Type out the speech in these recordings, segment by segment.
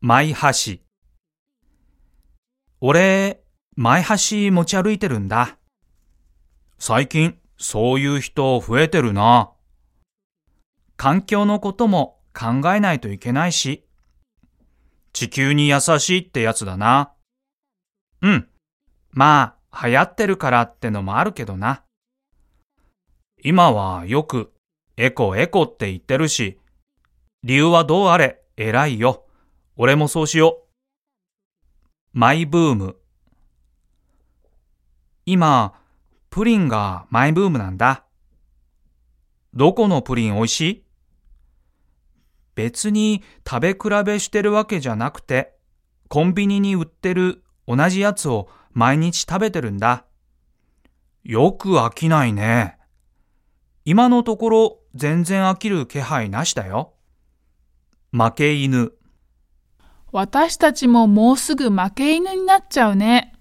前橋。俺、前橋持ち歩いてるんだ。最近、そういう人増えてるな。環境のことも考えないといけないし。地球に優しいってやつだな。うん。まあ、流行ってるからってのもあるけどな。今はよく、エコエコって言ってるし、理由はどうあれ、偉いよ。俺もそうしよう。マイブーム。今、プリンがマイブームなんだ。どこのプリン美味しい別に食べ比べしてるわけじゃなくて、コンビニに売ってる同じやつを毎日食べてるんだ。よく飽きないね。今のところ全然飽きる気配なしだよ。負け犬。私たちももうすぐ負け犬になっちゃうね。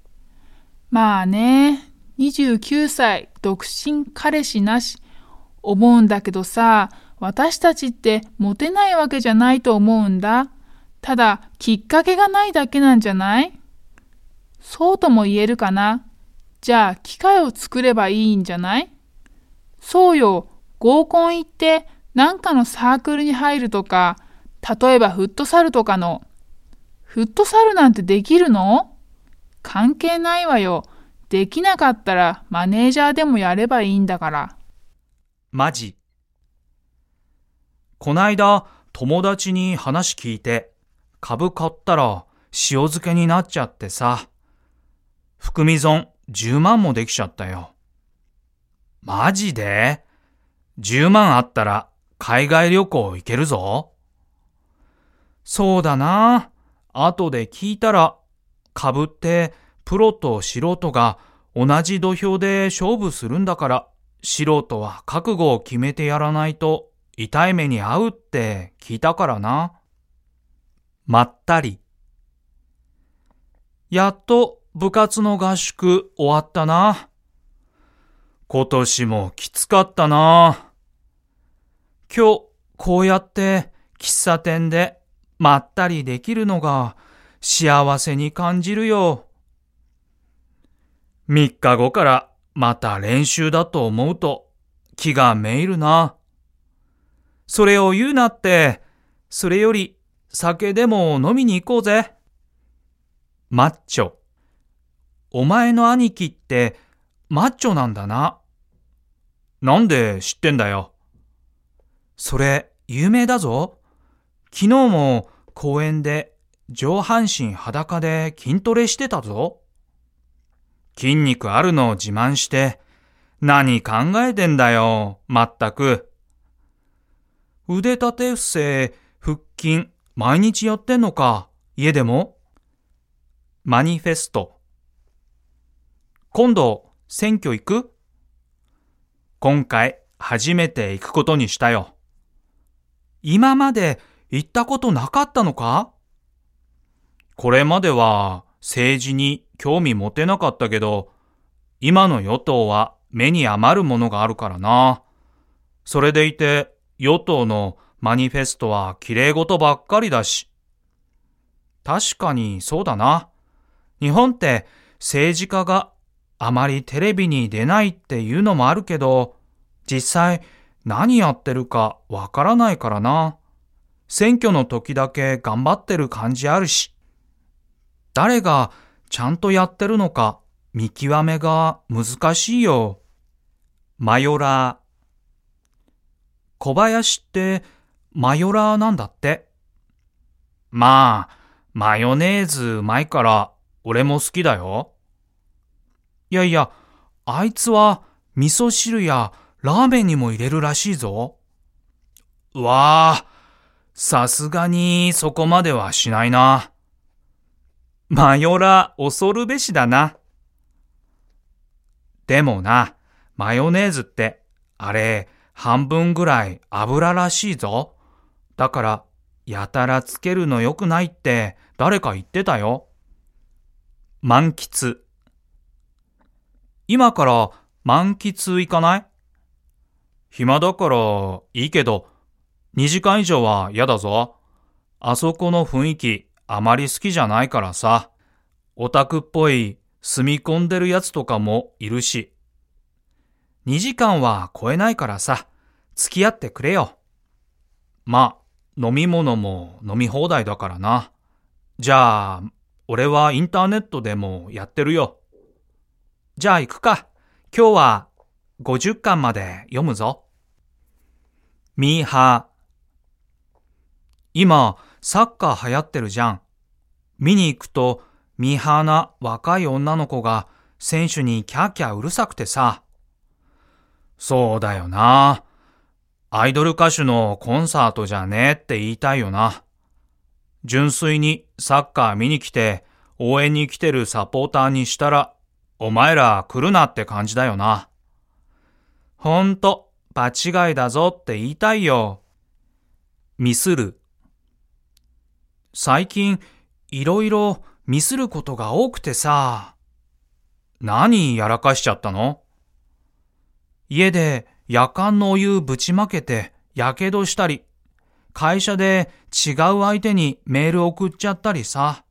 まあね、29歳、独身、彼氏なし、思うんだけどさ、私たちってモテないわけじゃないと思うんだ。ただ、きっかけがないだけなんじゃないそうとも言えるかな。じゃあ、機会を作ればいいんじゃないそうよ、合コン行って、なんかのサークルに入るとか、例えばフットサルとかの。フットサルなんてできるの関係ないわよ。できなかったらマネージャーでもやればいいんだから。マジ。こないだ友達に話聞いて、株買ったら塩漬けになっちゃってさ、含み損10万もできちゃったよ。マジで ?10 万あったら海外旅行行けるぞ。そうだな。後で聞いたら、株ってプロと素人が同じ土俵で勝負するんだから、素人は覚悟を決めてやらないと痛い目に遭うって聞いたからな。まったり。やっと部活の合宿終わったな。今年もきつかったな。今日こうやって喫茶店でまったりできるのが幸せに感じるよ。3日後からまた練習だと思うと気がめいるな。それを言うなって、それより酒でも飲みに行こうぜ。マッチョ。お前の兄貴ってマッチョなんだな。なんで知ってんだよ。それ有名だぞ。昨日も公園で上半身裸で筋トレしてたぞ。筋肉あるのを自慢して、何考えてんだよ、まったく。腕立て伏せ、腹筋、毎日やってんのか、家でもマニフェスト。今度、選挙行く今回、初めて行くことにしたよ。今まで行ったことなかったのかこれまでは政治に興味持てなかったけど、今の与党は目に余るものがあるからな。それでいて、与党のマニフェストは綺麗事ばっかりだし。確かにそうだな。日本って政治家があまりテレビに出ないっていうのもあるけど、実際何やってるかわからないからな。選挙の時だけ頑張ってる感じあるし。誰がちゃんとやってるのか見極めが難しいよ。マヨラー。小林ってマヨラーなんだって。まあ、マヨネーズうまいから俺も好きだよ。いやいや、あいつは味噌汁やラーメンにも入れるらしいぞ。うわあ、さすがにそこまではしないな。マヨラ恐るべしだな。でもな、マヨネーズって、あれ、半分ぐらい油らしいぞ。だから、やたらつけるの良くないって誰か言ってたよ。満喫。今から満喫行かない暇だからいいけど、2時間以上は嫌だぞ。あそこの雰囲気あまり好きじゃないからさ。オタクっぽい住み込んでるやつとかもいるし。2時間は超えないからさ、付き合ってくれよ。まあ、飲み物も飲み放題だからな。じゃあ、俺はインターネットでもやってるよ。じゃあ行くか。今日は50巻まで読むぞ。ミーハー。今、サッカー流行ってるじゃん。見に行くと、ミーハーな若い女の子が選手にキャーキャーうるさくてさ。そうだよな。アイドル歌手のコンサートじゃねえって言いたいよな。純粋にサッカー見に来て応援に来てるサポーターにしたら、お前ら来るなって感じだよな。ほんと、場違いだぞって言いたいよ。ミスる。最近、いろいろミスることが多くてさ。何やらかしちゃったの家で夜間のお湯ぶちまけて火傷したり、会社で違う相手にメール送っちゃったりさ。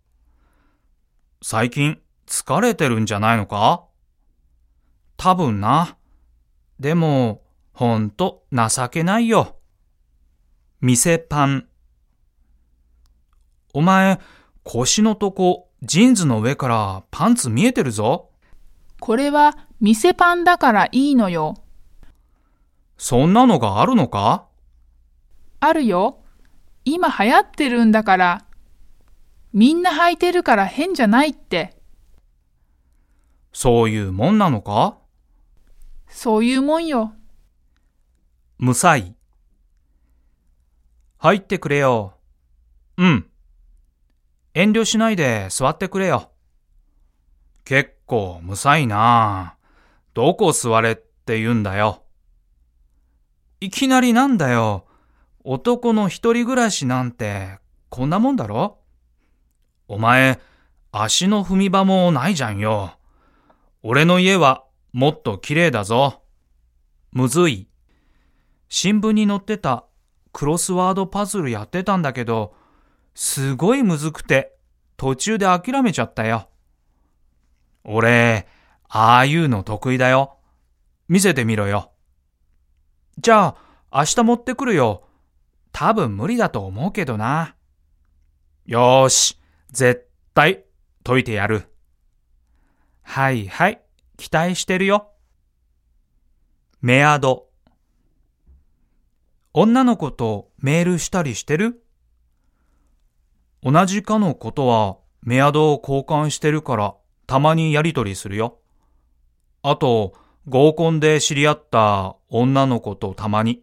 最近疲れてるんじゃないのか多分な。でも、ほんと情けないよ。店パン。お前、腰のとこ、ジーンズの上からパンツ見えてるぞ。これは店パンだからいいのよ。そんなのがあるのかあるよ。今流行ってるんだから。みんな履いてるから変じゃないって。そういうもんなのかそういうもんよ。無才。入ってくれよ。うん。遠慮しないで座ってくれよ。結構無才なあどこ座れって言うんだよ。いきなりなんだよ。男の一人暮らしなんてこんなもんだろお前、足の踏み場もないじゃんよ。俺の家はもっと綺麗だぞ。むずい。新聞に載ってたクロスワードパズルやってたんだけど、すごいむずくて途中で諦めちゃったよ。俺、ああいうの得意だよ。見せてみろよ。じゃあ、明日持ってくるよ。多分無理だと思うけどな。よーし、絶対解いてやる。はいはい、期待してるよ。メアド。女の子とメールしたりしてる同じかのことはメアドを交換してるからたまにやりとりするよ。あと、合コンで知り合った女の子とたまに。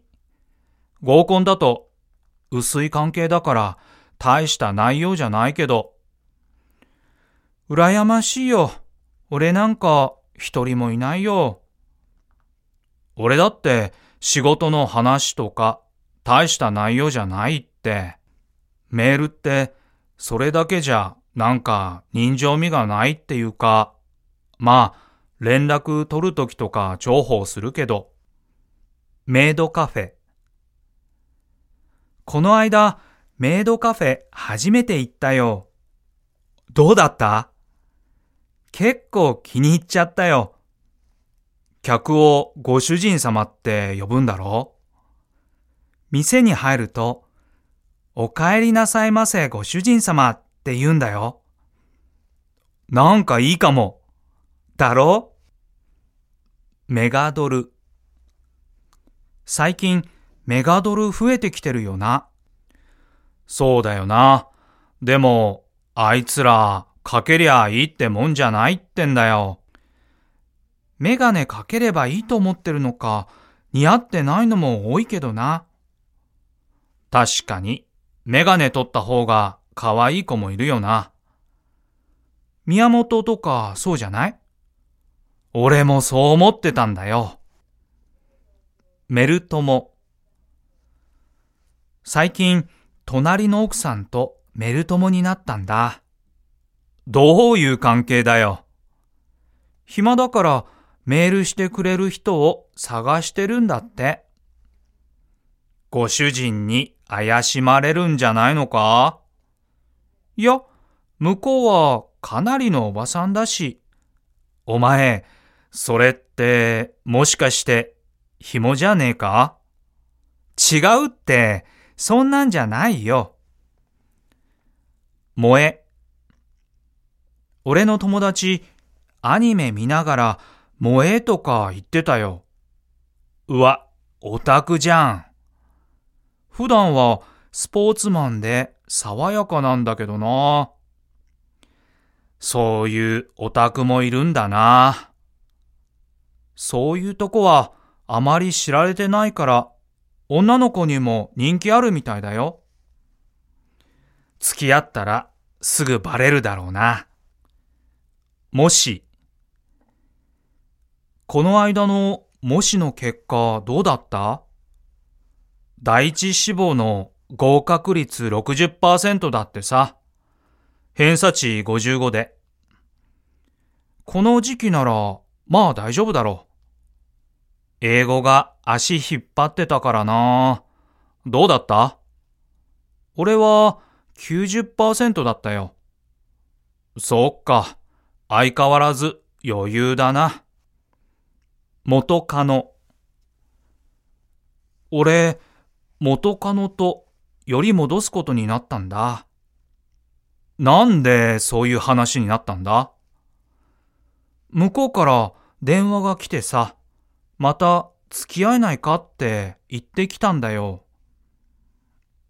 合コンだと薄い関係だから大した内容じゃないけど。羨ましいよ。俺なんか一人もいないよ。俺だって仕事の話とか大した内容じゃないって。メールってそれだけじゃなんか人情味がないっていうか、まあ連絡取るときとか重宝するけど。メイドカフェ。この間、メイドカフェ初めて行ったよ。どうだった結構気に入っちゃったよ。客をご主人様って呼ぶんだろ店に入ると、お帰りなさいませご主人様って言うんだよ。なんかいいかも。だろメガドル。最近メガドル増えてきてるよな。そうだよな。でも、あいつらかけりゃいいってもんじゃないってんだよ。メガネかければいいと思ってるのか、似合ってないのも多いけどな。確かに、メガネ取った方が可愛い子もいるよな。宮本とかそうじゃない俺もそう思ってたんだよ。メルトモ。最近、隣の奥さんとメルトモになったんだ。どういう関係だよ。暇だからメールしてくれる人を探してるんだって。ご主人に怪しまれるんじゃないのかいや、向こうはかなりのおばさんだし。お前、それって、もしかして、紐じゃねえか違うって、そんなんじゃないよ。萌え。俺の友達、アニメ見ながら、萌えとか言ってたよ。うわ、オタクじゃん。普段はスポーツマンで爽やかなんだけどな。そういうオタクもいるんだな。そういうとこはあまり知られてないから、女の子にも人気あるみたいだよ。付き合ったらすぐバレるだろうな。もし、この間のもしの結果どうだった第一志望の合格率60%だってさ。偏差値55で。この時期なら、まあ大丈夫だろう。英語が足引っ張ってたからな。どうだった俺は90%だったよ。そっか。相変わらず余裕だな。元カノ。俺、元カノとより戻すことになったんだ。なんでそういう話になったんだ向こうから電話が来てさ、また付き合えないかって言ってきたんだよ。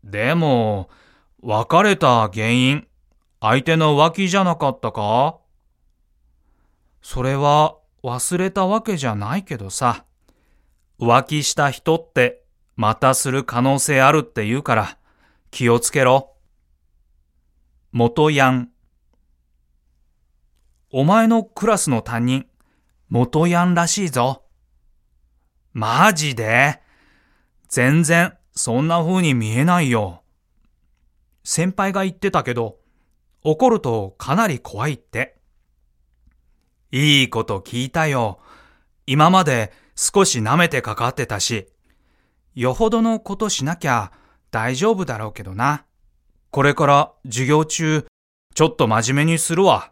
でも、別れた原因、相手の浮気じゃなかったかそれは忘れたわけじゃないけどさ、浮気した人ってまたする可能性あるって言うから気をつけろ。元ヤン。お前のクラスの担任、元ヤンらしいぞ。マジで全然そんな風に見えないよ。先輩が言ってたけど、怒るとかなり怖いって。いいこと聞いたよ。今まで少し舐めてかかってたし、よほどのことしなきゃ大丈夫だろうけどな。これから授業中、ちょっと真面目にするわ。